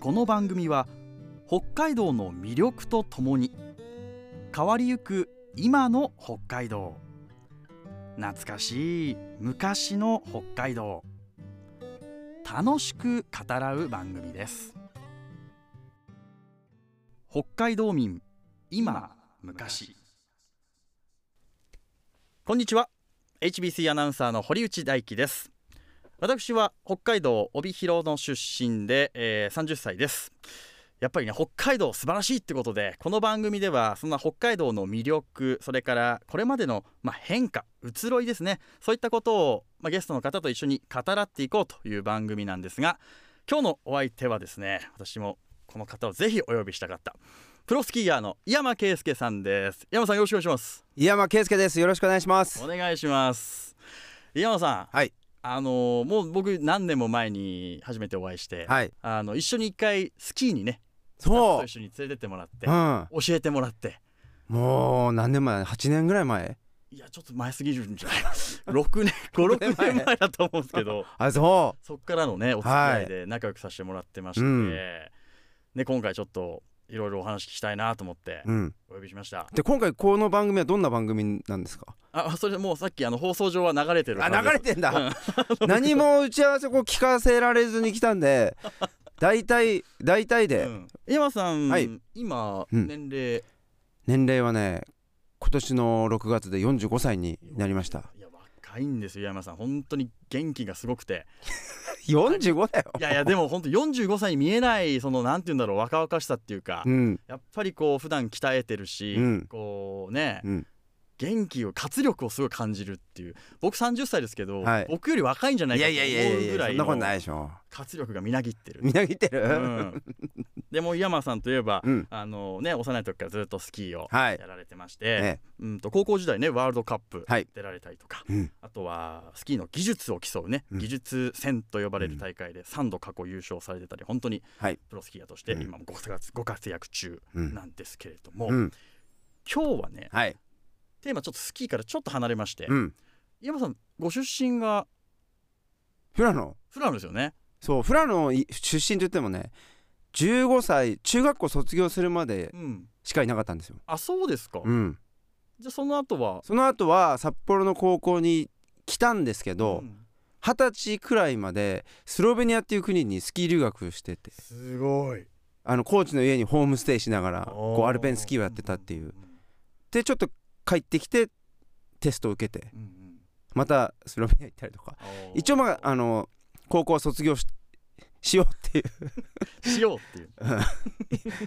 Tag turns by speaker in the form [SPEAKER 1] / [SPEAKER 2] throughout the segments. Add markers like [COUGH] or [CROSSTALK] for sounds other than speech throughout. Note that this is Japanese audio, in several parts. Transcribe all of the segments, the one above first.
[SPEAKER 1] この番組は北海道の魅力とともに変わりゆく今の北海道懐かしい昔の北海道楽しく語らう番組です北海道民今昔こんにちは HBC アナウンサーの堀内大輝です私は北海道帯広の出身で、えー30歳ですやっぱりね北海道素晴らしいってことでこの番組ではそんな北海道の魅力それからこれまでの、まあ、変化移ろいですねそういったことを、まあ、ゲストの方と一緒に語らっていこうという番組なんですが今日のお相手はですね私もこの方をぜひお呼びしたかったプロスキーヤーの井山圭介さんです井山さんよろしくお願いします
[SPEAKER 2] 井山圭介ですよろしくお願いします
[SPEAKER 1] お願いします井山さん
[SPEAKER 2] はい
[SPEAKER 1] あのーもう僕何年も前に初めてお会いして、
[SPEAKER 2] はい
[SPEAKER 1] あの一緒に一回スキーにねスタッフ
[SPEAKER 2] そ
[SPEAKER 1] と一緒に連れてってもらって
[SPEAKER 2] ううん
[SPEAKER 1] 教えてもらって
[SPEAKER 2] もう何年前8年ぐらい前
[SPEAKER 1] いやちょっと前すぎるんじゃない [LAUGHS] 6年56年
[SPEAKER 2] [LAUGHS]
[SPEAKER 1] 前だと思うんですけど
[SPEAKER 2] あそ
[SPEAKER 1] そっからのねお付き合いで仲良くさせてもらってまして、
[SPEAKER 2] うん
[SPEAKER 1] ね、今回ちょっといろいろお話聞きたいなと思って
[SPEAKER 2] ううん
[SPEAKER 1] お呼びしました、
[SPEAKER 2] で今回この番組はどんな番組なんですか
[SPEAKER 1] あそれでもうさっきあの放送上は流れてる
[SPEAKER 2] あ
[SPEAKER 1] 感じです
[SPEAKER 2] 流れてんだ何も打ち合わせこう聞かせられずに来た
[SPEAKER 1] [LAUGHS]
[SPEAKER 2] んで大体大体
[SPEAKER 1] う
[SPEAKER 2] で
[SPEAKER 1] ん、山さん、
[SPEAKER 2] はい
[SPEAKER 1] 今
[SPEAKER 2] うん
[SPEAKER 1] 年齢
[SPEAKER 2] 年齢はね今年の6月で45歳になりました
[SPEAKER 1] いや若いんですよ山さん本当に元気がすごくて
[SPEAKER 2] 45だよ
[SPEAKER 1] いやいやでも本当45歳に見えないそのなんて言うんだろう若々しさっていうか、
[SPEAKER 2] うん
[SPEAKER 1] やっぱりこう普段鍛えてるし、
[SPEAKER 2] うん
[SPEAKER 1] こうね、
[SPEAKER 2] うん
[SPEAKER 1] 元気を活力をすごい感じるっていう僕30歳ですけど、
[SPEAKER 2] はい
[SPEAKER 1] 僕より若いんじゃない
[SPEAKER 2] い
[SPEAKER 1] か
[SPEAKER 2] や
[SPEAKER 1] と
[SPEAKER 2] いやいや
[SPEAKER 1] 思う
[SPEAKER 2] い
[SPEAKER 1] ぐ
[SPEAKER 2] や
[SPEAKER 1] ら
[SPEAKER 2] そ
[SPEAKER 1] い
[SPEAKER 2] んなことない
[SPEAKER 1] の
[SPEAKER 2] でしょ
[SPEAKER 1] 活力がみなぎってる。
[SPEAKER 2] [LAUGHS] みなぎって
[SPEAKER 1] う
[SPEAKER 2] る
[SPEAKER 1] ん、でも井山さんといえば、
[SPEAKER 2] うん
[SPEAKER 1] あのね幼い時からずっとスキーを
[SPEAKER 2] はい
[SPEAKER 1] やられてまして、
[SPEAKER 2] え
[SPEAKER 1] うんと高校時代ねワールドカップ
[SPEAKER 2] はい
[SPEAKER 1] 出られたりとか、
[SPEAKER 2] えうん
[SPEAKER 1] あとはスキーの技術を競うね、
[SPEAKER 2] うん
[SPEAKER 1] 技術戦と呼ばれる大会で3度過去優勝されてたり本当に
[SPEAKER 2] はい
[SPEAKER 1] プロスキーヤーとして
[SPEAKER 2] うん
[SPEAKER 1] 今もご活躍ご活躍中
[SPEAKER 2] うん
[SPEAKER 1] なんですけれども、
[SPEAKER 2] うん
[SPEAKER 1] 今日はね
[SPEAKER 2] はい
[SPEAKER 1] テーマちょっとスキーからちょっと離れまして、
[SPEAKER 2] うん
[SPEAKER 1] 井山さんご出身が
[SPEAKER 2] 富良野
[SPEAKER 1] 富良野ですよね。
[SPEAKER 2] そう富良野のい出身といってもね15歳中学校卒業するまで
[SPEAKER 1] うん、
[SPEAKER 2] しかいなかったんですよ、
[SPEAKER 1] あそうですか、
[SPEAKER 2] うん、
[SPEAKER 1] じゃあその後は
[SPEAKER 2] その後は札幌の高校に来たんですけど
[SPEAKER 1] ん
[SPEAKER 2] 二十、歳くらいまでスロベニアっていう国にスキー留学してて
[SPEAKER 1] すごい
[SPEAKER 2] あのコーチの家にホームステイしながらこうアルペンスキーをやってたっていう。でちょっと帰ってきてテストを受けて
[SPEAKER 1] うんうん
[SPEAKER 2] またスロベニア行ったりとか一応まああの高校は卒業ししようっていう
[SPEAKER 1] しようっていう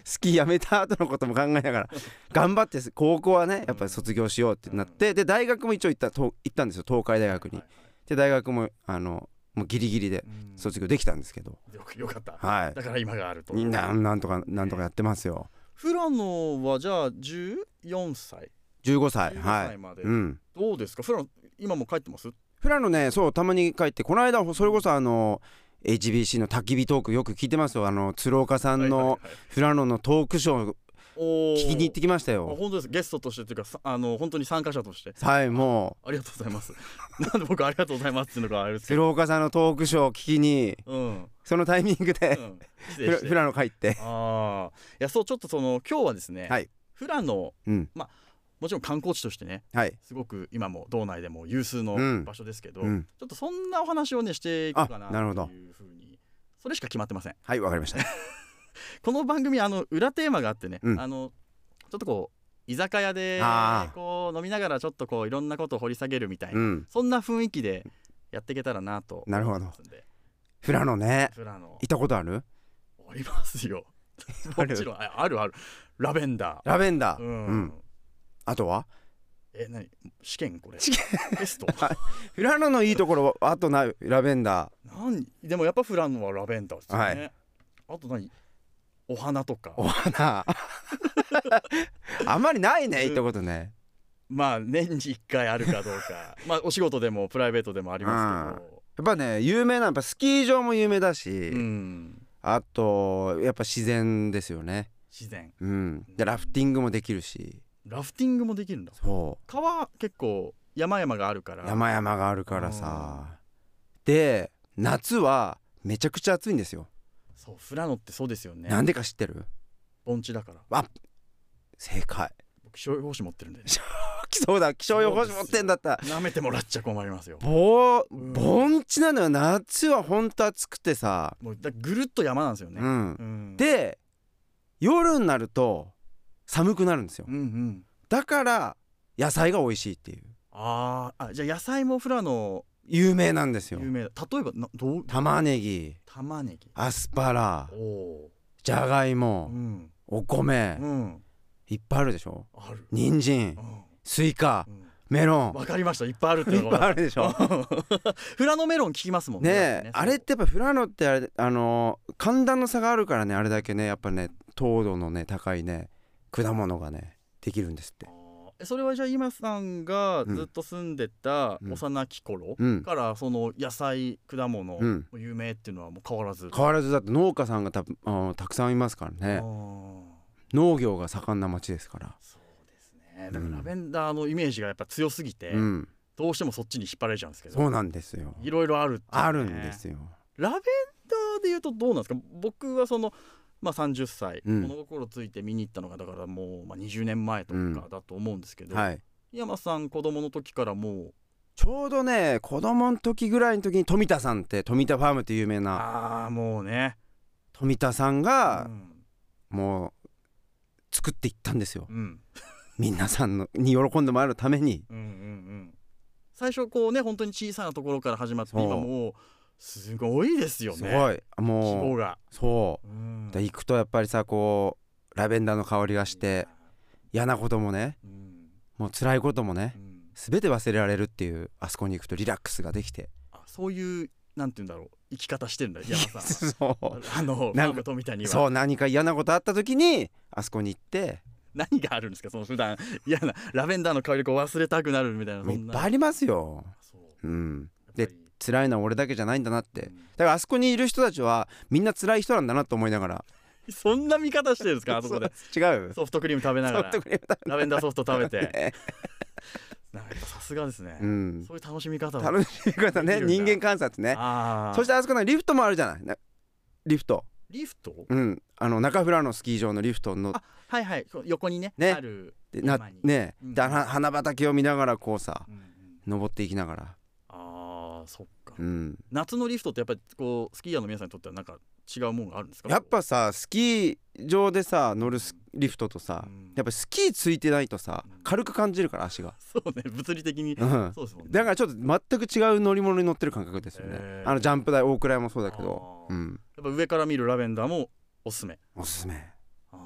[SPEAKER 2] スキーやめた後のことも考えなが
[SPEAKER 1] [LAUGHS]
[SPEAKER 2] ら頑張ってす高校はねやっぱり卒業しようってなってで大学も一応行ったと行ったんですよ東海大学に
[SPEAKER 1] はい。
[SPEAKER 2] で大学もあのもうギリギリで
[SPEAKER 1] はいうん
[SPEAKER 2] 卒業できたんですけど
[SPEAKER 1] よくよかった、
[SPEAKER 2] はい
[SPEAKER 1] だから今があると
[SPEAKER 2] みんななんとかなんとかやってますよ
[SPEAKER 1] 富良野はじゃあ14歳
[SPEAKER 2] 15歳
[SPEAKER 1] 15
[SPEAKER 2] は
[SPEAKER 1] 歳
[SPEAKER 2] い
[SPEAKER 1] まで、
[SPEAKER 2] うん
[SPEAKER 1] どうですか富良野今も帰ってます
[SPEAKER 2] 富良野ねそうたまに帰ってこの間それこそあの HBC の焚き火トークよく聞いてますよあの鶴岡さ
[SPEAKER 1] は
[SPEAKER 2] ん
[SPEAKER 1] いはい
[SPEAKER 2] の
[SPEAKER 1] はい
[SPEAKER 2] 富良野のトークショー
[SPEAKER 1] お
[SPEAKER 2] 聞
[SPEAKER 1] ー
[SPEAKER 2] きに行ってきました
[SPEAKER 1] あ
[SPEAKER 2] よ
[SPEAKER 1] 本当ですゲストとしてというかさあの本当に参加者として
[SPEAKER 2] はいも
[SPEAKER 1] ありがとうございます [LAUGHS] なんで僕ありがとうございますっていうのがあれで
[SPEAKER 2] う
[SPEAKER 1] すけど
[SPEAKER 2] 鶴岡さんのトークショーを聞きに [LAUGHS]
[SPEAKER 1] うん、うん、
[SPEAKER 2] そのタイミングで
[SPEAKER 1] 失
[SPEAKER 2] フ
[SPEAKER 1] 礼
[SPEAKER 2] ラ
[SPEAKER 1] して
[SPEAKER 2] フラの会って
[SPEAKER 1] ああいやそうちょっとその今日はですね、
[SPEAKER 2] はい
[SPEAKER 1] 富良野
[SPEAKER 2] うん
[SPEAKER 1] もちろん観光地としてね
[SPEAKER 2] はい
[SPEAKER 1] すごく今も道内でも有数の
[SPEAKER 2] うん
[SPEAKER 1] 場所ですけど、
[SPEAKER 2] うん
[SPEAKER 1] ちょっとそんなお話をねしていこうかな
[SPEAKER 2] あなるほど
[SPEAKER 1] というふうにそれしか決まってません
[SPEAKER 2] はいわかりました
[SPEAKER 1] この番組あの裏テーマがあってね、
[SPEAKER 2] うん
[SPEAKER 1] あのちょっとこう居酒屋で
[SPEAKER 2] あー
[SPEAKER 1] こう飲みながらちょっとこういろんなことを掘り下げるみたいな、
[SPEAKER 2] うん
[SPEAKER 1] そんな雰囲気でやっていけたらなと
[SPEAKER 2] なるほど
[SPEAKER 1] 思いますんで
[SPEAKER 2] フラのね
[SPEAKER 1] フラの
[SPEAKER 2] 行ったことある
[SPEAKER 1] あります
[SPEAKER 2] [LAUGHS]
[SPEAKER 1] よもちろんああるあるラベンダー
[SPEAKER 2] ラベンダー
[SPEAKER 1] うん、
[SPEAKER 2] うんあとは
[SPEAKER 1] え何試験これ
[SPEAKER 2] 試
[SPEAKER 1] テ
[SPEAKER 2] [LAUGHS]
[SPEAKER 1] スト
[SPEAKER 2] フラ野のいいところはあとないラベンダー
[SPEAKER 1] 何でもやっぱフランのはラベンダーですよね、
[SPEAKER 2] はい
[SPEAKER 1] あと何お花とか
[SPEAKER 2] お
[SPEAKER 1] [LAUGHS]
[SPEAKER 2] 花あんまりないね行ったことね
[SPEAKER 1] まあ年に1回あるかどう
[SPEAKER 2] [LAUGHS]
[SPEAKER 1] かまあお仕事でもプライベートでもありますけど
[SPEAKER 2] やっぱね有名なやっぱスキー場も有名だし、
[SPEAKER 1] うん
[SPEAKER 2] あとやっぱ自然ですよね
[SPEAKER 1] 自然
[SPEAKER 2] うんでラフティングもできるし
[SPEAKER 1] ラフティングもできるんだ
[SPEAKER 2] そ
[SPEAKER 1] 川結構山々があるから
[SPEAKER 2] う山々があるからさで夏はめちゃくちゃ暑いんですよ
[SPEAKER 1] そう富良野ってそうですよね
[SPEAKER 2] なんでか知ってる
[SPEAKER 1] 盆地だから
[SPEAKER 2] 正解
[SPEAKER 1] 僕気象予報士持ってるんでね
[SPEAKER 2] そうだ気象予報士持ってんだった
[SPEAKER 1] 舐めてもらっちゃ困りますよ
[SPEAKER 2] ぼー
[SPEAKER 1] うん
[SPEAKER 2] 盆地なのよ夏はほんと暑くてさ、
[SPEAKER 1] もうだぐるっと山なんですよね、
[SPEAKER 2] うん、
[SPEAKER 1] うん
[SPEAKER 2] で夜になると寒くなるんですよ
[SPEAKER 1] うんうん
[SPEAKER 2] だから野菜が美味しいっていう
[SPEAKER 1] あーあじゃあ野菜も富良野
[SPEAKER 2] 有名なんですよ
[SPEAKER 1] 有名だ例えばなどう
[SPEAKER 2] 玉ねぎ
[SPEAKER 1] 玉ねぎ
[SPEAKER 2] アスパラ
[SPEAKER 1] おお
[SPEAKER 2] じゃがいうも
[SPEAKER 1] ん
[SPEAKER 2] お米
[SPEAKER 1] うん
[SPEAKER 2] いっぱいあるでしょ
[SPEAKER 1] ある
[SPEAKER 2] 人参
[SPEAKER 1] うん
[SPEAKER 2] スイカ
[SPEAKER 1] うん
[SPEAKER 2] メロン
[SPEAKER 1] わかりましたいっぱいあるって
[SPEAKER 2] い
[SPEAKER 1] い
[SPEAKER 2] っ
[SPEAKER 1] うの
[SPEAKER 2] ぱい
[SPEAKER 1] が
[SPEAKER 2] あるでしょ
[SPEAKER 1] [LAUGHS] 富良野メロン聞きますもん
[SPEAKER 2] ね
[SPEAKER 1] ね
[SPEAKER 2] えあれってやっぱ富良野ってあれあのー寒暖の差があるからねあれだけねやっぱね糖度のね高いね果物がねできるんですって
[SPEAKER 1] あーそれはじゃあ今さんがずっと住んでた
[SPEAKER 2] うん
[SPEAKER 1] 幼き頃
[SPEAKER 2] うん
[SPEAKER 1] からその野菜果物
[SPEAKER 2] うん
[SPEAKER 1] 有名っていうのはもう変わらず、
[SPEAKER 2] 変わらずだって農家さんがたあのたくさんいますから
[SPEAKER 1] あ
[SPEAKER 2] ね
[SPEAKER 1] ー
[SPEAKER 2] 農業が盛んな町ですから
[SPEAKER 1] そうですねだか
[SPEAKER 2] うん
[SPEAKER 1] らラベンダーのイメージがやっぱ強すぎて、
[SPEAKER 2] うん
[SPEAKER 1] どうしてもそっちに引っ張られちゃうんですけど
[SPEAKER 2] そうなんですよ
[SPEAKER 1] いろいろあるっていうね
[SPEAKER 2] あるんですよ
[SPEAKER 1] ラベンダーでいうとどうなんですか僕はその、まあ、30歳、
[SPEAKER 2] うん
[SPEAKER 1] この頃ついて見に行ったのがだからもう、まあ、20年前と
[SPEAKER 2] うん
[SPEAKER 1] かだと思うんですけど、
[SPEAKER 2] はい
[SPEAKER 1] 井山さん子供の時からもう
[SPEAKER 2] ちょうどね子供の時ぐらいの時に富田さんって富田ファームって有名な
[SPEAKER 1] ああもうね、
[SPEAKER 2] 富田さん
[SPEAKER 1] う
[SPEAKER 2] が
[SPEAKER 1] ん
[SPEAKER 2] もう作っていったんですよ
[SPEAKER 1] うん、
[SPEAKER 2] 皆さんのに喜んでもらうために
[SPEAKER 1] うんうんうん最初こうね本当に小さなところから始まって
[SPEAKER 2] そう
[SPEAKER 1] 今もうすごいですよね
[SPEAKER 2] すごい
[SPEAKER 1] 規
[SPEAKER 2] も
[SPEAKER 1] 模
[SPEAKER 2] う
[SPEAKER 1] が、
[SPEAKER 2] そううんで行くとやっぱりさこうラベンダーの香りがして、嫌なこともね
[SPEAKER 1] うん
[SPEAKER 2] もう辛いこともね
[SPEAKER 1] うん
[SPEAKER 2] 全て忘れられるっていうあそこに行くとリラックスがで
[SPEAKER 1] [LAUGHS]
[SPEAKER 2] きて
[SPEAKER 1] あそういうなんて言うんだろう生き方
[SPEAKER 2] [LAUGHS]
[SPEAKER 1] してんだ井山さん
[SPEAKER 2] そ
[SPEAKER 1] はあの
[SPEAKER 2] な
[SPEAKER 1] なん
[SPEAKER 2] か
[SPEAKER 1] んか富田に
[SPEAKER 2] う
[SPEAKER 1] は
[SPEAKER 2] そう何か嫌なことあった時にあそこに行って
[SPEAKER 1] 何があるんですかそ [LAUGHS] の普段嫌なラベンダーの香りを忘れたくなるみたいなそ
[SPEAKER 2] いっ
[SPEAKER 1] んな
[SPEAKER 2] ぱいありますよ
[SPEAKER 1] そう
[SPEAKER 2] うん
[SPEAKER 1] やっぱり
[SPEAKER 2] 辛いのは俺だけじゃないんだなって
[SPEAKER 1] うん
[SPEAKER 2] だからあそこにいる人たちはみんな辛い人なんだなと思いながら
[SPEAKER 1] そんな見方してるんですかあそこ
[SPEAKER 2] [LAUGHS]
[SPEAKER 1] で
[SPEAKER 2] 違う
[SPEAKER 1] ソフトクリーム食べな
[SPEAKER 2] ソ
[SPEAKER 1] が
[SPEAKER 2] フ
[SPEAKER 1] ら
[SPEAKER 2] トクリームだ
[SPEAKER 1] ラベンダーソフト食べて、
[SPEAKER 2] ね
[SPEAKER 1] なんかやっぱさすがですね、
[SPEAKER 2] うん
[SPEAKER 1] そういう楽しみ方を
[SPEAKER 2] 楽しみ方ね
[SPEAKER 1] できる
[SPEAKER 2] 人
[SPEAKER 1] んだ
[SPEAKER 2] 間観察ね
[SPEAKER 1] あー
[SPEAKER 2] そしてあそこのリフトもあるじゃないなリフト
[SPEAKER 1] リフト
[SPEAKER 2] うんあの中富良野スキー場のリフトの
[SPEAKER 1] あはいはいそう横にね
[SPEAKER 2] ね
[SPEAKER 1] ある、
[SPEAKER 2] でな
[SPEAKER 1] 山に
[SPEAKER 2] ね
[SPEAKER 1] うん
[SPEAKER 2] で花花畑を見ながらこうさ
[SPEAKER 1] うんうん
[SPEAKER 2] 登っていきながら
[SPEAKER 1] あーそっか、
[SPEAKER 2] うん
[SPEAKER 1] 夏のリフトってやっぱりこうスキーヤーの皆さんにとってはなんか違うもんがあるんですか
[SPEAKER 2] やっぱさスキー場でさ乗るスリフトとさ
[SPEAKER 1] うん
[SPEAKER 2] やっぱスキーついてないとさ
[SPEAKER 1] うん
[SPEAKER 2] 軽く感じるから足が
[SPEAKER 1] そうね物理的に、
[SPEAKER 2] うん
[SPEAKER 1] そうですもんね
[SPEAKER 2] だからちょっと全く違う乗り物に乗ってる感覚ですよ
[SPEAKER 1] へ
[SPEAKER 2] ね
[SPEAKER 1] ー
[SPEAKER 2] あのジャンプ台大倉もそうだけど
[SPEAKER 1] あ
[SPEAKER 2] う
[SPEAKER 1] ー
[SPEAKER 2] ん
[SPEAKER 1] やっぱ上から見るラベンダーもおすすめ
[SPEAKER 2] おすすめ
[SPEAKER 1] あ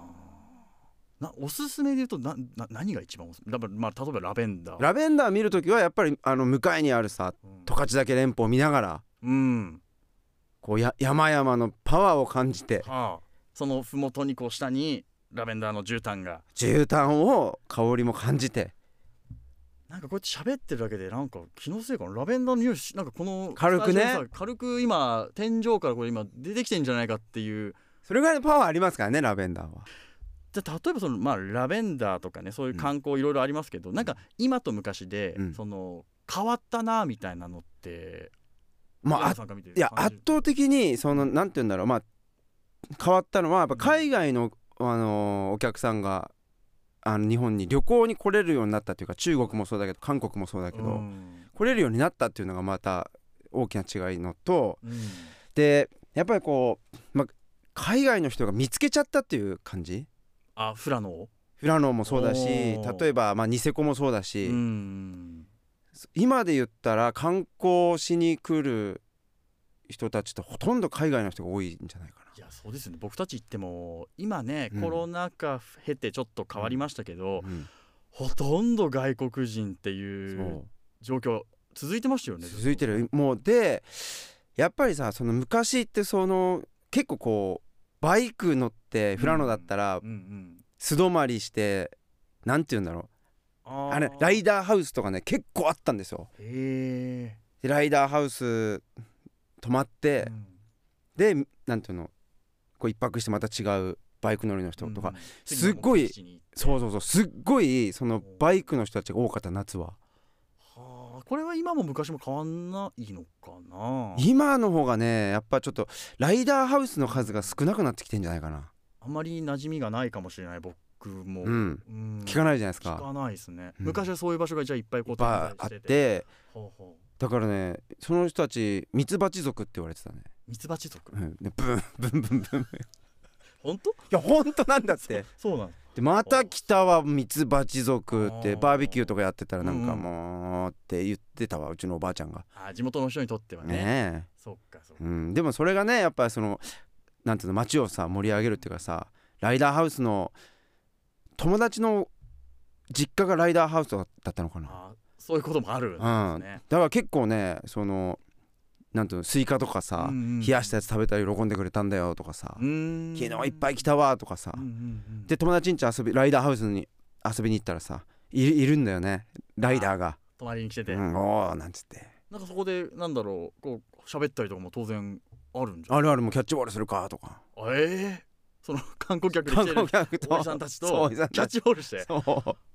[SPEAKER 1] ーなおすすめで言うとなな何が一番おすすめだからまあ、例えばラベンダー
[SPEAKER 2] ラベンダー見るときはやっぱりあの向かいにあるさ
[SPEAKER 1] うん
[SPEAKER 2] 十勝岳連峰を見ながら
[SPEAKER 1] うん
[SPEAKER 2] こうや山々のパワーを感じて
[SPEAKER 1] はあ、その麓にこう下にラベンダーの絨毯が
[SPEAKER 2] 絨毯を香りも感じて
[SPEAKER 1] なんかこうやって喋ってるだけでなんか気のせいかなラベンダーの匂いしなんかこの
[SPEAKER 2] 軽くね
[SPEAKER 1] スタジオにさ軽く今天井からこれ今出てきてんじゃないかっていう
[SPEAKER 2] それぐらいのパワーありますからねラベンダーは。
[SPEAKER 1] じゃあ例えばそのまあラベンダーとかねそういう観光いろいろありますけど、なんか今と昔で、
[SPEAKER 2] うん
[SPEAKER 1] その変わったなみたいなのって
[SPEAKER 2] まあ、あ
[SPEAKER 1] 皆さんが見て
[SPEAKER 2] いや
[SPEAKER 1] 感じ
[SPEAKER 2] 圧
[SPEAKER 1] る
[SPEAKER 2] 倒的にそのなんて言うんだろうまあ変わったのはやっぱ海外の、あのーお客さんがあの日本に旅行に来れるようになったというか中国もそうだけど韓国もそうだけど、
[SPEAKER 1] うん
[SPEAKER 2] 来れるようになったっていうのがまた大きな違いのと
[SPEAKER 1] うん
[SPEAKER 2] でやっぱりこう、まあ、海外の人が見つけちゃったっていう感じ
[SPEAKER 1] あフラノ
[SPEAKER 2] フラノもそうだし
[SPEAKER 1] おー
[SPEAKER 2] 例えば、まあ、ニセコもそうだし、
[SPEAKER 1] うん。
[SPEAKER 2] 今で言ったら観光しに来る人たちってほとんど海外の人が多いんじゃないかない
[SPEAKER 1] やそうですよね僕たち行っても今ね、
[SPEAKER 2] うん
[SPEAKER 1] コロナ禍経てちょっと変わりましたけど、
[SPEAKER 2] うん
[SPEAKER 1] ほとんど外国人っていう状
[SPEAKER 2] そ
[SPEAKER 1] 況続いてましたよ
[SPEAKER 2] う
[SPEAKER 1] ね
[SPEAKER 2] 続いてるもうでやっぱりさその昔ってその結構こうバイク乗って富良野だったら
[SPEAKER 1] うんうん
[SPEAKER 2] 素泊まりしてなんて言うんだろ
[SPEAKER 1] あ
[SPEAKER 2] う
[SPEAKER 1] ー
[SPEAKER 2] あれライダーハウスとかね結構あったんですよ。
[SPEAKER 1] へ
[SPEAKER 2] でライダーハウス泊まっ
[SPEAKER 1] え、う
[SPEAKER 2] て
[SPEAKER 1] ん
[SPEAKER 2] でなんていうのこう一泊してまた違うバイク乗りの人とか
[SPEAKER 1] うんうん
[SPEAKER 2] すっごい
[SPEAKER 1] 次の目的地に行って
[SPEAKER 2] そうそうそうすっごいそのバイクの人たちが多かった夏は
[SPEAKER 1] はあこれは今も昔も変わんないのかな
[SPEAKER 2] 今の方がねやっぱちょっとライダーハウスの数が少なくなってきてんじゃないかな
[SPEAKER 1] あんまり馴染みがないかもしれない僕も、
[SPEAKER 2] う
[SPEAKER 1] うんん
[SPEAKER 2] 聞かないじゃないです
[SPEAKER 1] 聞
[SPEAKER 2] か
[SPEAKER 1] かないですね、
[SPEAKER 2] うん
[SPEAKER 1] 昔はそういう場所がじゃあいっぱいこう
[SPEAKER 2] ばあ
[SPEAKER 1] 点在
[SPEAKER 2] っ
[SPEAKER 1] してて
[SPEAKER 2] て
[SPEAKER 1] ほうほう
[SPEAKER 2] だからねその人たちミツバチ族って言われてたね、
[SPEAKER 1] ミツバチ族
[SPEAKER 2] うん、でブンブンブンブンい
[SPEAKER 1] 本当
[SPEAKER 2] や本当なんだって
[SPEAKER 1] そうなの
[SPEAKER 2] [LAUGHS] でまた来たわミツバチ族って
[SPEAKER 1] あー
[SPEAKER 2] バーベキューとかやってたらなんかもうって言ってたわうちのおばあちゃんが
[SPEAKER 1] あ地元の人にとってはね
[SPEAKER 2] ね
[SPEAKER 1] そっかそっ
[SPEAKER 2] え、
[SPEAKER 1] か
[SPEAKER 2] うん、でもそれがねやっぱそのなんていうの街をさ盛り上げるっていうかさライダーハウスの友達の実家がライダーハウスだったのかな
[SPEAKER 1] あそういうこともあるんですね、
[SPEAKER 2] だから結構ねそのなんていうのスイカとかさ、
[SPEAKER 1] うんうんうん
[SPEAKER 2] 冷やしたやつ食べたら喜んでくれたんだよとかさ、
[SPEAKER 1] うん
[SPEAKER 2] 昨日いっぱい来たわとかさ、
[SPEAKER 1] うんうんうん
[SPEAKER 2] で友達ん家遊びライダーハウスに遊びに行ったらさいいるんだよねライダーが
[SPEAKER 1] 泊まりに来て
[SPEAKER 2] 「
[SPEAKER 1] て、
[SPEAKER 2] うん、おーなんつって
[SPEAKER 1] なんかそこでなんだろうこう喋ったりとかも当然あるん
[SPEAKER 2] 「
[SPEAKER 1] じゃん
[SPEAKER 2] あるあるもうキャッチボールするか」とか
[SPEAKER 1] ええその観光客に
[SPEAKER 2] 観
[SPEAKER 1] 来て
[SPEAKER 2] 光
[SPEAKER 1] る
[SPEAKER 2] 客と
[SPEAKER 1] おじさんたち
[SPEAKER 2] そう
[SPEAKER 1] と
[SPEAKER 2] お
[SPEAKER 1] キ
[SPEAKER 2] じさ
[SPEAKER 1] ャ
[SPEAKER 2] んた
[SPEAKER 1] ッ
[SPEAKER 2] ち
[SPEAKER 1] チボールして
[SPEAKER 2] そ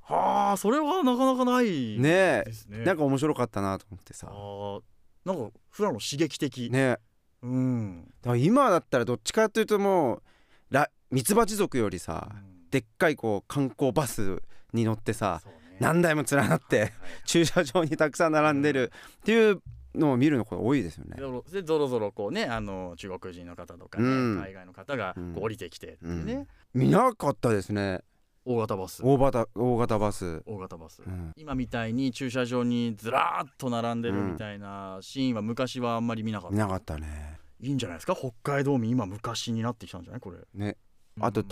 [SPEAKER 1] はあそれはなかなかない
[SPEAKER 2] ねえ
[SPEAKER 1] ですね
[SPEAKER 2] うなんか面白かったなと思って
[SPEAKER 1] あ
[SPEAKER 2] さ
[SPEAKER 1] ーなんかフラの刺激的、
[SPEAKER 2] ねだ
[SPEAKER 1] うん
[SPEAKER 2] から今だったらどっちかというともうラミツバチ族よりさ
[SPEAKER 1] うん
[SPEAKER 2] でっかいこう観光バスに乗ってさ
[SPEAKER 1] そうね
[SPEAKER 2] 何台も連なっ
[SPEAKER 1] はい
[SPEAKER 2] て [LAUGHS]
[SPEAKER 1] はい
[SPEAKER 2] 駐車場にたくさん並んでるっていうのを見るのが多いですよね。
[SPEAKER 1] ゾロでぞろぞろこうねあの中国人の方とか、ね
[SPEAKER 2] うん
[SPEAKER 1] 海外の方がこ
[SPEAKER 2] うん
[SPEAKER 1] う降りてきてっていうね、
[SPEAKER 2] 見なかったですね
[SPEAKER 1] 大型バス
[SPEAKER 2] 大型大型バス。
[SPEAKER 1] 大型バス、
[SPEAKER 2] うん
[SPEAKER 1] 今みたいに駐車場にずらーっと並んでるみたいなシーンは昔はあんまり見なかった、
[SPEAKER 2] 見なかったね
[SPEAKER 1] いいんじゃないですか北海道民今昔になってきたんじゃないこれ
[SPEAKER 2] ね
[SPEAKER 1] うん
[SPEAKER 2] あと
[SPEAKER 1] 知っ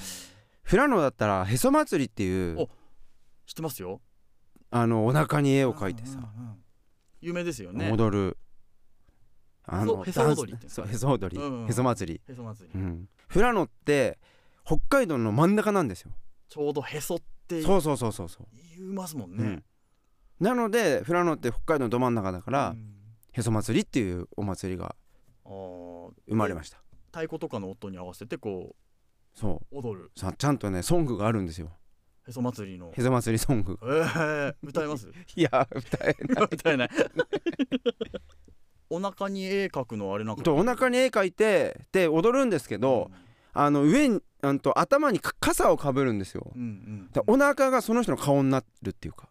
[SPEAKER 2] 富良野だったらへそ祭りっていう
[SPEAKER 1] おてますよ
[SPEAKER 2] あのお腹に絵を描いてさ、
[SPEAKER 1] うんうんうん有名ですよね
[SPEAKER 2] 踊るあの
[SPEAKER 1] へそへそ踊りっ
[SPEAKER 2] ダンス
[SPEAKER 1] て
[SPEAKER 2] そうへそ踊り、
[SPEAKER 1] うんうん
[SPEAKER 2] へそ祭り、
[SPEAKER 1] へそ祭
[SPEAKER 2] う
[SPEAKER 1] り、
[SPEAKER 2] ん、富良野って北海道の真ん中なんですよ
[SPEAKER 1] ちょうどへそって
[SPEAKER 2] そうそうそうそうそう、
[SPEAKER 1] 言いますもん
[SPEAKER 2] う
[SPEAKER 1] ね
[SPEAKER 2] ん、なので富良野って北海道のど真ん中だから、
[SPEAKER 1] うん
[SPEAKER 2] へそ祭りっていうお祭りが
[SPEAKER 1] あー
[SPEAKER 2] 生まれました
[SPEAKER 1] 太鼓とかの音に合わせてこ
[SPEAKER 2] そう
[SPEAKER 1] 踊る
[SPEAKER 2] うさちゃんとねソングがあるんですよ
[SPEAKER 1] へそ祭りの
[SPEAKER 2] へそ祭りソングが
[SPEAKER 1] えー、歌います
[SPEAKER 2] [LAUGHS] いや歌 [LAUGHS] えない
[SPEAKER 1] 歌えない [LAUGHS] お腹に絵描くのあれなんか
[SPEAKER 2] とお腹に絵描いてで踊るんですけど、あの上にあのと頭にか傘をかぶるんですよ
[SPEAKER 1] うんうん
[SPEAKER 2] でお腹がその人の顔になるっていうか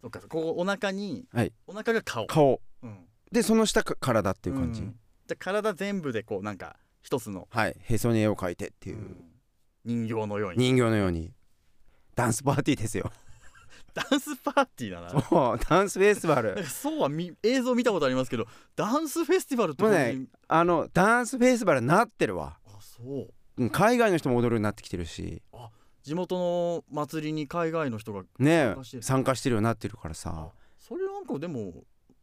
[SPEAKER 1] そっかこうお腹に、
[SPEAKER 2] はい
[SPEAKER 1] お腹が顔、
[SPEAKER 2] 顔
[SPEAKER 1] うん、っ
[SPEAKER 2] でその下か体っていう感じ、
[SPEAKER 1] じゃあ体全部でこうなんか一つの、
[SPEAKER 2] はいへそに絵を描いてっていう、
[SPEAKER 1] うん人形のように
[SPEAKER 2] 人形のようにダンスパーティーですよ
[SPEAKER 1] ダンスパーティーだななん
[SPEAKER 2] そうダンスフェスティバル
[SPEAKER 1] かそうはみ映像見たことありますけどダンスフェスティバルって
[SPEAKER 2] もう
[SPEAKER 1] こと
[SPEAKER 2] ね
[SPEAKER 1] に
[SPEAKER 2] あのダンスフェスティバルになってるわ
[SPEAKER 1] あそう
[SPEAKER 2] うん海外の人も踊るようになってきてるし
[SPEAKER 1] 地元の祭りに海外の人が
[SPEAKER 2] ね
[SPEAKER 1] 参加してる
[SPEAKER 2] 参加してるようになってるからさ
[SPEAKER 1] あそれなんかでも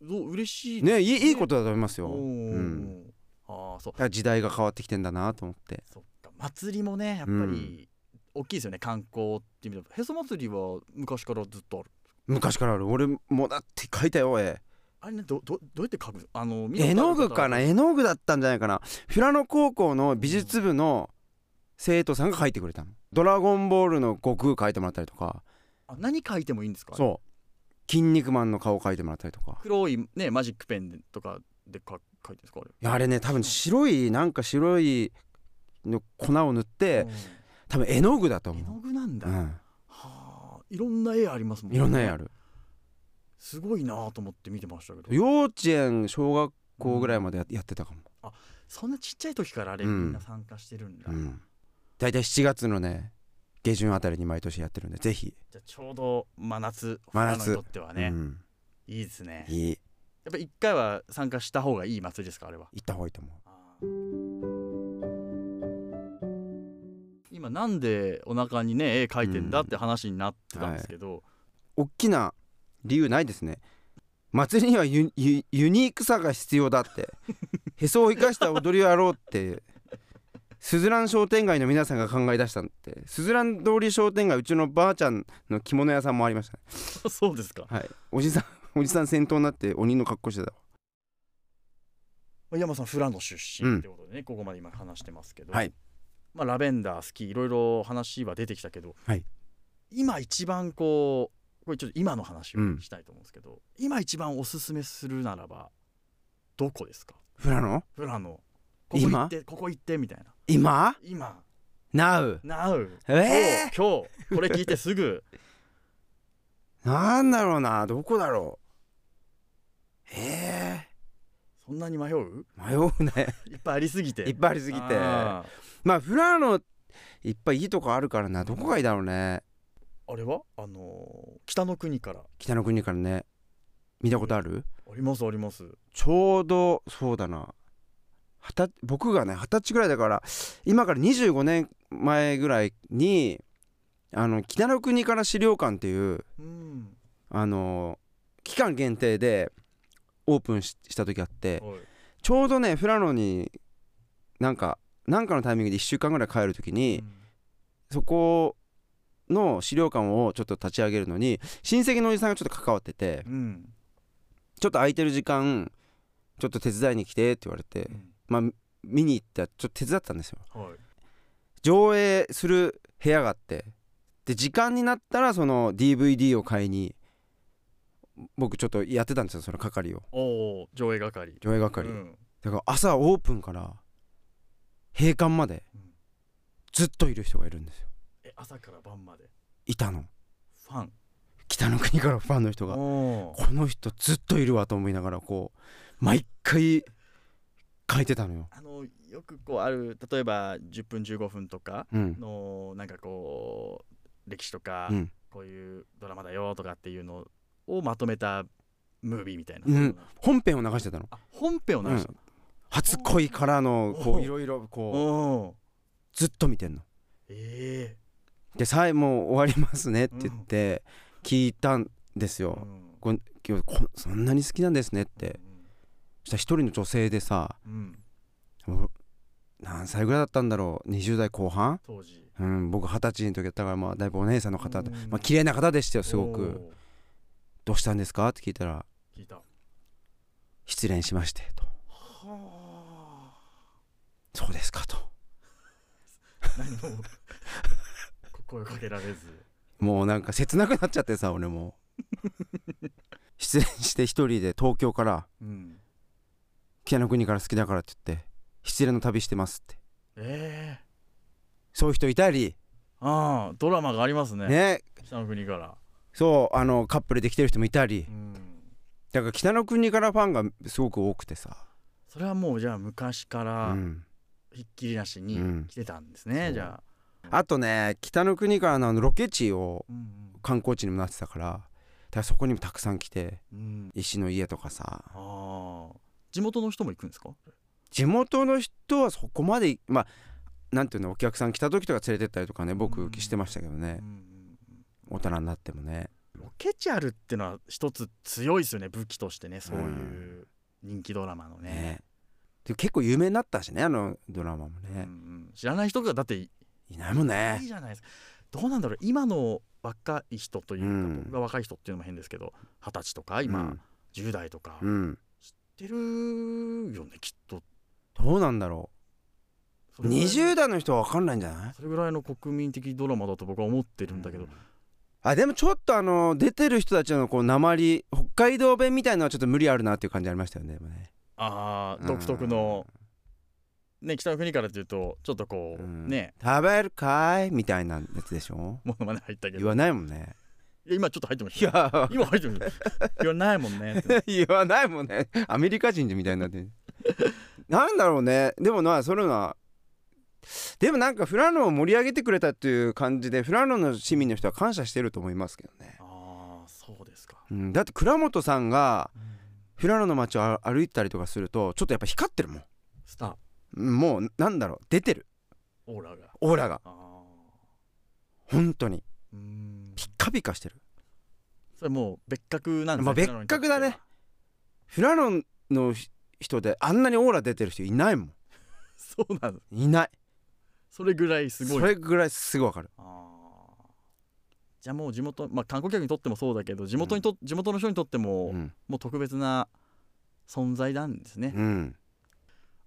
[SPEAKER 1] どう嬉しい
[SPEAKER 2] ねいいいいことだと思いますよ、
[SPEAKER 1] おー
[SPEAKER 2] うん、だ
[SPEAKER 1] ああそう
[SPEAKER 2] から時代が変わってきてんだなと思って
[SPEAKER 1] そっか祭りもねやっぱり大きいですよね、観光って意味ではへそ祭りは昔からずっとある
[SPEAKER 2] 昔からある俺もだって書いたよ絵
[SPEAKER 1] あれねどどどうやって描くあの見たこ
[SPEAKER 2] 絵
[SPEAKER 1] とあ
[SPEAKER 2] の
[SPEAKER 1] る方
[SPEAKER 2] 具かな絵の具だったんじゃないかな富良野高校の美術部の生徒さんが書いてくれたの「ドラゴンボール」の悟空書いてもらったりとか
[SPEAKER 1] あ何描いてもいいんですか
[SPEAKER 2] そう「筋肉マン」の顔書いてもらったりとか
[SPEAKER 1] 黒いねマジックペンとかでか描いてるんですかあれ
[SPEAKER 2] いやあれね多分白いなんか白いの粉を塗って
[SPEAKER 1] う
[SPEAKER 2] 多分絵の具だと
[SPEAKER 1] ん絵の
[SPEAKER 2] 思う、
[SPEAKER 1] 具なんだ、
[SPEAKER 2] う
[SPEAKER 1] は
[SPEAKER 2] ん、
[SPEAKER 1] あいろんな絵ありますもん
[SPEAKER 2] いろんな絵ある
[SPEAKER 1] すごいなと思って見てましたけど
[SPEAKER 2] 幼稚園小学校ぐらいまでややってたかも、
[SPEAKER 1] そんなちっちゃい時からあれ
[SPEAKER 2] う
[SPEAKER 1] み
[SPEAKER 2] ん
[SPEAKER 1] んな参加してるんだ、
[SPEAKER 2] うん、大体7月のね下旬あたりに毎年やってるんでぜひ、
[SPEAKER 1] じゃあちょうど真夏
[SPEAKER 2] 真
[SPEAKER 1] 富
[SPEAKER 2] 夏
[SPEAKER 1] 良野にとってはね、
[SPEAKER 2] うん、
[SPEAKER 1] いいですねやっ
[SPEAKER 2] いい
[SPEAKER 1] ぱ一回は参加した方がいい祭りですかあれは
[SPEAKER 2] 行った方がいいと思う
[SPEAKER 1] 今なんでお腹にね絵描いてんだって話になってたんですけど、
[SPEAKER 2] 大きな理由ないですね祭りにはユユユニークさが必要だってへそを生かした踊りをやろうってすずらん商店街の皆さんが考え出したんってすずらん通り商店街うちのばあちゃんの着物屋さんもありましたね
[SPEAKER 1] [LAUGHS] そうですか
[SPEAKER 2] はいおじさんおじさん先頭になって鬼の格好してたわ
[SPEAKER 1] まあ山さん富良野出身ってことでね、ここまで今話してますけど、
[SPEAKER 2] はい
[SPEAKER 1] まあ、ラベンダー好きいろいろ話は出てきたけど、
[SPEAKER 2] はい
[SPEAKER 1] 今一番こうこれちょっと今の話をしたいと思うんですけど、今一番おすすめするならばどこですか
[SPEAKER 2] 富良野
[SPEAKER 1] 富良野ここ
[SPEAKER 2] 今
[SPEAKER 1] 行ってここ行ってみたいな
[SPEAKER 2] 今
[SPEAKER 1] 今
[SPEAKER 2] ?Now?
[SPEAKER 1] Now
[SPEAKER 2] え
[SPEAKER 1] 今日今日これ聞いてすぐ
[SPEAKER 2] ー、なんだろうなどこだろうえ
[SPEAKER 1] そんなに迷う
[SPEAKER 2] ー、迷うね
[SPEAKER 1] いっぱいありすぎて
[SPEAKER 2] いっぱいありすぎて
[SPEAKER 1] あ
[SPEAKER 2] まあ富良野いっぱいいいとこあるからなどこがいいだろうね
[SPEAKER 1] ーあれはあのー北の国から
[SPEAKER 2] 北の国からね見たことある
[SPEAKER 1] ありますあります
[SPEAKER 2] ちょうどそうだな二十僕がね二十歳ぐらいだから今から25年前ぐらいにあの北の国から資料館っていう
[SPEAKER 1] うん
[SPEAKER 2] あの期間限定でオープンしした時あって
[SPEAKER 1] はい
[SPEAKER 2] ちょうどね富良野になんかなんかのタイミングで1週間ぐらい帰る時に、
[SPEAKER 1] うん
[SPEAKER 2] そこの資料館をちょっと立ち上げるのに親戚のおじさんがちょっと関わってて
[SPEAKER 1] うん
[SPEAKER 2] ちょっと空いてる時間ちょっと手伝いに来てって言われて
[SPEAKER 1] うん
[SPEAKER 2] まあ、見に行ったらちょっと手伝ったんですよ
[SPEAKER 1] はい
[SPEAKER 2] 上映する部屋があってで時間になったらその DVD を買いに僕ちょっとやってたんですよその係を
[SPEAKER 1] おおー上映係
[SPEAKER 2] 上映係、
[SPEAKER 1] うん
[SPEAKER 2] だから朝オープンから閉館まで
[SPEAKER 1] うん
[SPEAKER 2] ずっといる人がいるんですよ
[SPEAKER 1] え朝から晩まで
[SPEAKER 2] いたの
[SPEAKER 1] ファン
[SPEAKER 2] 北の国からファンの人が
[SPEAKER 1] おー
[SPEAKER 2] この人ずっといるわと思いながらこう毎回書いてたのよ
[SPEAKER 1] あのよくこうある例えば10分15分とか
[SPEAKER 2] うん
[SPEAKER 1] のなんかこう歴史とか、
[SPEAKER 2] うん
[SPEAKER 1] こういうドラマだよとかっていうのをまとめたムービーみたいな、
[SPEAKER 2] うん本編を流してたの
[SPEAKER 1] あ本編を流したの、
[SPEAKER 2] 初恋からのこ
[SPEAKER 1] お
[SPEAKER 2] う
[SPEAKER 1] う
[SPEAKER 2] いろいろこう
[SPEAKER 1] おー
[SPEAKER 2] ずっと見てんの。
[SPEAKER 1] え
[SPEAKER 2] で「さいもう終わりますね」って言って聞いたんです
[SPEAKER 1] え
[SPEAKER 2] よ。
[SPEAKER 1] ん
[SPEAKER 2] こん今日こんそんなに好きなんですねって。そしたら一人の女性でさ
[SPEAKER 1] うん、うん
[SPEAKER 2] もう何歳ぐらいだったんだろう20代後半
[SPEAKER 1] 当時
[SPEAKER 2] うん僕二十歳の時だったからまあだいぶお姉さんの方で、
[SPEAKER 1] うん
[SPEAKER 2] まあ綺麗な方でしたよすごく。
[SPEAKER 1] おー
[SPEAKER 2] 「どうしたんですか?」って聞いたら
[SPEAKER 1] 聞いたは
[SPEAKER 2] 「失恋しまして」と
[SPEAKER 1] あ
[SPEAKER 2] 「そうですか」と
[SPEAKER 1] 何も声かけられず
[SPEAKER 2] もうなんか切なくなっちゃってさ
[SPEAKER 1] [LAUGHS]
[SPEAKER 2] 俺も失恋して一人で東京から
[SPEAKER 1] うん
[SPEAKER 2] 北の国から好きだからって言って失恋の旅してますって
[SPEAKER 1] ええ
[SPEAKER 2] そういう人いたり
[SPEAKER 1] ああドラマがありますね
[SPEAKER 2] ね
[SPEAKER 1] 北の国から
[SPEAKER 2] そうあのカップルで来てる人もいたり
[SPEAKER 1] うん
[SPEAKER 2] だから北の国からファンがすごく多くてさ
[SPEAKER 1] それはもうじゃあ昔か
[SPEAKER 2] う
[SPEAKER 1] ら
[SPEAKER 2] ん
[SPEAKER 1] ひっきりなし
[SPEAKER 2] う
[SPEAKER 1] に
[SPEAKER 2] ん
[SPEAKER 1] 来てたんですね、
[SPEAKER 2] そう
[SPEAKER 1] じゃあ、
[SPEAKER 2] あとね北の国からのあのロケ地を
[SPEAKER 1] うん
[SPEAKER 2] 観光地にもなってたからだからそこにもたくさん来て
[SPEAKER 1] うんうん、
[SPEAKER 2] 石の家とかさ
[SPEAKER 1] ああ地元の人も行くんですか
[SPEAKER 2] 地元の人はそこまでまあなんていうのお客さん来た時とか連れてったりとかね
[SPEAKER 1] うん
[SPEAKER 2] 僕してましたけどね
[SPEAKER 1] うんうんうん
[SPEAKER 2] 大人になってもね
[SPEAKER 1] ロケ地あるってのは一つ強いですよね武器としてねそういう人気ドラマのね,
[SPEAKER 2] ねで結構有名になったしねあのドラマも
[SPEAKER 1] うんうん、
[SPEAKER 2] ね
[SPEAKER 1] 知らない人がだってい
[SPEAKER 2] いないもん
[SPEAKER 1] ない
[SPEAKER 2] ね
[SPEAKER 1] じゃないですかどうなんだろう今の若い人というか、
[SPEAKER 2] うん
[SPEAKER 1] 僕が若い人っていうのも変ですけど二十歳とか今、10代とか
[SPEAKER 2] うん、うん
[SPEAKER 1] 知ってるよねきっと
[SPEAKER 2] どうなんだろ
[SPEAKER 1] そうれぐらい
[SPEAKER 2] 20代の人は分かんないんじゃない
[SPEAKER 1] それぐらいの国民的ドラマだと僕は思ってるんだけど、
[SPEAKER 2] あでもちょっとあの出てる人たちのこう鉛北海道弁みたいのはちょっと無理あるなっていう感じありましたよねでもね
[SPEAKER 1] ああ独特の、ね北の国からっていうとちょっとこう、
[SPEAKER 2] うん
[SPEAKER 1] ね
[SPEAKER 2] 「食べるかい?」みたいなやつでしょ
[SPEAKER 1] ものまね入ったけ
[SPEAKER 2] 言
[SPEAKER 1] ど
[SPEAKER 2] わないもんね
[SPEAKER 1] いや今ちょっと入ってまし
[SPEAKER 2] い
[SPEAKER 1] たよ
[SPEAKER 2] や
[SPEAKER 1] 今入ってましたよ言わないもん
[SPEAKER 2] [LAUGHS]
[SPEAKER 1] ねって
[SPEAKER 2] 言わないもんねアメリカ人みたいに
[SPEAKER 1] [LAUGHS]
[SPEAKER 2] なってるなんだろうねでもなそれはでもなんかフラノを盛り上げてくれたっていう感じでフラノの市民の人は感謝してると思いますけどね、
[SPEAKER 1] ああそうですか、
[SPEAKER 2] うん、だって倉本さんがフラノの街をあ歩いたりとかするとちょっとやっぱ光ってるもん
[SPEAKER 1] スター
[SPEAKER 2] うんもうなんだろう出てる
[SPEAKER 1] オーラが
[SPEAKER 2] オーラが
[SPEAKER 1] ああ
[SPEAKER 2] 本当に
[SPEAKER 1] うーん
[SPEAKER 2] ピッカピカしてる
[SPEAKER 1] それもう別格なんです
[SPEAKER 2] まあ別格だねフラノのひ人であんなにオーラ出てる人いないもん
[SPEAKER 1] [LAUGHS] そうなの
[SPEAKER 2] いない
[SPEAKER 1] それぐらいすごい
[SPEAKER 2] それぐらいすぐわかる
[SPEAKER 1] あーじゃあもう地元、まあ、観光客にとってもそうだけど地元にと、地元の人にとっても、
[SPEAKER 2] うん、
[SPEAKER 1] もう特別な存在なんですね、
[SPEAKER 2] うん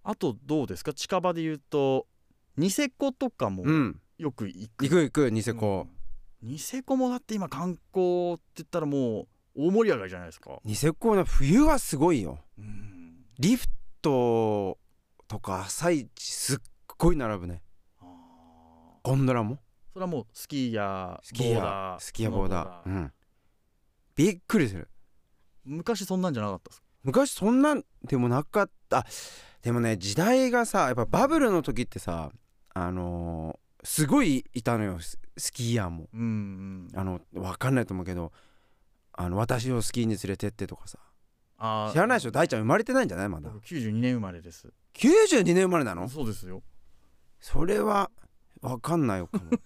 [SPEAKER 1] あとどうですか近場で言うとニセコとかも
[SPEAKER 2] うん、
[SPEAKER 1] よく行く、
[SPEAKER 2] 行く行くニセコ、
[SPEAKER 1] うんニセコもだって今観光って言ったらもう大盛り上がりじゃないですか、
[SPEAKER 2] ニセコの冬はすごいよ
[SPEAKER 1] うん、
[SPEAKER 2] リフトとか朝市すっごい並ぶね
[SPEAKER 1] あー
[SPEAKER 2] ゴンドラも
[SPEAKER 1] それはもうスキーや
[SPEAKER 2] スキー
[SPEAKER 1] ボー
[SPEAKER 2] や
[SPEAKER 1] ダー
[SPEAKER 2] スキーやボー
[SPEAKER 1] スノ
[SPEAKER 2] ダー
[SPEAKER 1] ボ
[SPEAKER 2] うんびっくりする
[SPEAKER 1] 昔そんなんじゃなかったですか
[SPEAKER 2] 昔そんなんでもなかったあでもね時代がさやっぱバブルの時ってさあのーすごいいたのよススキーヤーも
[SPEAKER 1] うんうん
[SPEAKER 2] あのわかんないと思うけどあの私をスキーに連れてってとかさ
[SPEAKER 1] あー
[SPEAKER 2] 知らないでしょ大ちゃん生まれてないんじゃないまだ
[SPEAKER 1] 僕92年生まれです
[SPEAKER 2] 92年生まれなの
[SPEAKER 1] そうですよ
[SPEAKER 2] それはわかんないよかも [LAUGHS] い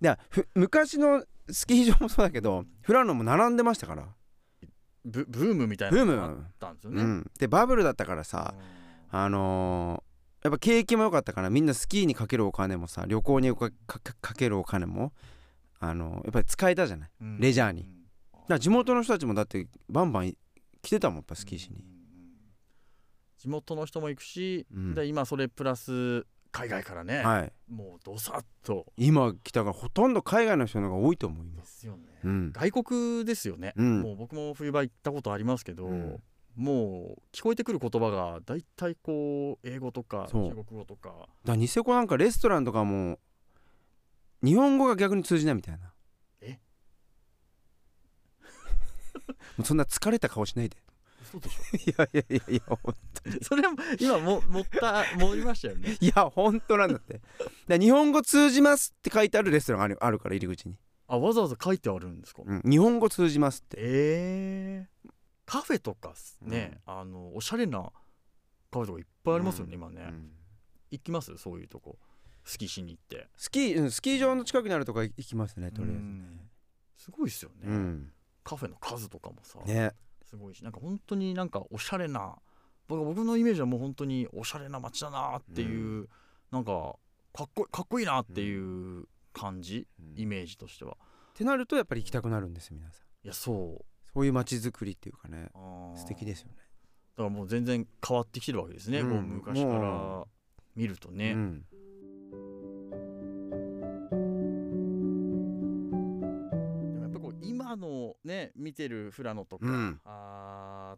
[SPEAKER 2] やふ昔のスキー場もそうだけどフラノも並んでましたから
[SPEAKER 1] ブブームみたい
[SPEAKER 2] ブ
[SPEAKER 1] な
[SPEAKER 2] ー
[SPEAKER 1] のがあっ
[SPEAKER 2] ム、
[SPEAKER 1] たんですよね、
[SPEAKER 2] う
[SPEAKER 1] うん
[SPEAKER 2] ん、でバブルだったからさあのーやっぱ景気も良かったからみんなスキーにかけるお金もさ旅行にかかかかけるお金も、あのーやっぱり使えたじゃないだか
[SPEAKER 1] うん
[SPEAKER 2] レジャーにら地元の人たちもだってバンバンい来てたもんやっぱスキーしに
[SPEAKER 1] うん、うんうん地元の人も行くし、
[SPEAKER 2] うん
[SPEAKER 1] で今それプラス海外からね、
[SPEAKER 2] はい、
[SPEAKER 1] もうどさっと
[SPEAKER 2] 今来たからほとんど海外の人の方が多いと思いま
[SPEAKER 1] ですすよね、
[SPEAKER 2] うん、
[SPEAKER 1] 外国ですよね、
[SPEAKER 2] うん
[SPEAKER 1] もう僕も冬場行ったことありますけど、
[SPEAKER 2] うん
[SPEAKER 1] もう聞こえてくる言葉がだいたいこう英語とか中
[SPEAKER 2] そう
[SPEAKER 1] 国語とか
[SPEAKER 2] だからニセコなんかレストランとかも日本語が逆に通じないみたいな
[SPEAKER 1] え
[SPEAKER 2] [LAUGHS] もうそんな疲れた顔しないで [LAUGHS]
[SPEAKER 1] そうでしょ [LAUGHS]
[SPEAKER 2] いやいやいやいやほん
[SPEAKER 1] それも今も [LAUGHS] 持った戻りましたよね
[SPEAKER 2] いや本当なんだってだから日本語通じますって書いてあるレストランがあるあるから入り口に、
[SPEAKER 1] あわざわざ書いてあるんですか、
[SPEAKER 2] うん、日本語通じますって
[SPEAKER 1] ええカフェとかっすね、あのおしゃれなカフェとかいっぱいありますよね、今ね、
[SPEAKER 2] うん
[SPEAKER 1] 行きますそういうとこ好きしに行って
[SPEAKER 2] スキーうんスキー場の近くにあるとか行きますねとりあえず
[SPEAKER 1] うんすごいですよね、
[SPEAKER 2] うん
[SPEAKER 1] カフェの数とかもさ、
[SPEAKER 2] ね
[SPEAKER 1] すごいしなんか本当になんかおしゃれな僕僕のイメージはもう本当におしゃれな街だなっていう、
[SPEAKER 2] う
[SPEAKER 1] なんかかっこいいかっこいいなっていう感じ、イ
[SPEAKER 2] っ
[SPEAKER 1] メージとしては
[SPEAKER 2] てなるとやっぱり行きたくなるんです皆さん
[SPEAKER 1] いやそう
[SPEAKER 2] そういう街づくりっていうかね
[SPEAKER 1] あー
[SPEAKER 2] 素敵ですよね
[SPEAKER 1] だからもう全然変わってきてるわけですね、
[SPEAKER 2] うん
[SPEAKER 1] こう昔から
[SPEAKER 2] も
[SPEAKER 1] 見るとね、
[SPEAKER 2] うん
[SPEAKER 1] でもやっぱこう今のね見てる富良野とか、
[SPEAKER 2] うん
[SPEAKER 1] あ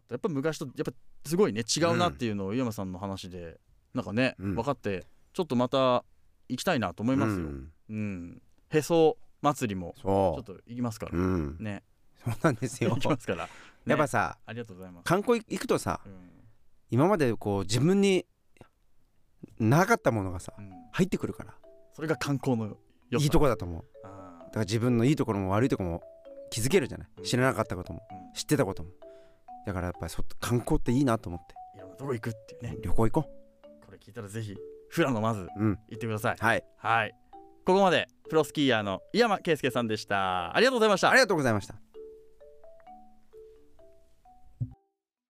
[SPEAKER 1] ーやっぱ昔とやっぱすごいね違うなっていうのを井山さんの話でなんかね、
[SPEAKER 2] うん
[SPEAKER 1] 分かってちょっとまた行きたいなと思いますよ、
[SPEAKER 2] う
[SPEAKER 1] うん
[SPEAKER 2] ん
[SPEAKER 1] へそ祭りもちょ
[SPEAKER 2] そ
[SPEAKER 1] っと行きますから、
[SPEAKER 2] ううん
[SPEAKER 1] ね
[SPEAKER 2] そうなんですよ
[SPEAKER 1] [LAUGHS] 行きますから、ね、
[SPEAKER 2] やっぱさ
[SPEAKER 1] ありがとうございます、
[SPEAKER 2] 観光行くとさ
[SPEAKER 1] うん
[SPEAKER 2] 今までこう自分になかったものがさ
[SPEAKER 1] うん
[SPEAKER 2] 入ってくるから
[SPEAKER 1] それが観光の良さ
[SPEAKER 2] いいとこだと思うだ
[SPEAKER 1] あ
[SPEAKER 2] から自分のいいところも悪いところも気づけるじゃない
[SPEAKER 1] うん
[SPEAKER 2] 知らなかったことも
[SPEAKER 1] ーうん
[SPEAKER 2] 知ってたこともだからやっぱりそ観光っていいなと思って
[SPEAKER 1] いろんなとこ行くっていうね
[SPEAKER 2] 旅行行こ
[SPEAKER 1] これ聞いたらぜひ富良野まず
[SPEAKER 2] ううん
[SPEAKER 1] 行ってください
[SPEAKER 2] はい
[SPEAKER 1] はいここまでプロスキーヤーの井山圭介さんでしたありがとうございました
[SPEAKER 2] ありがとうございました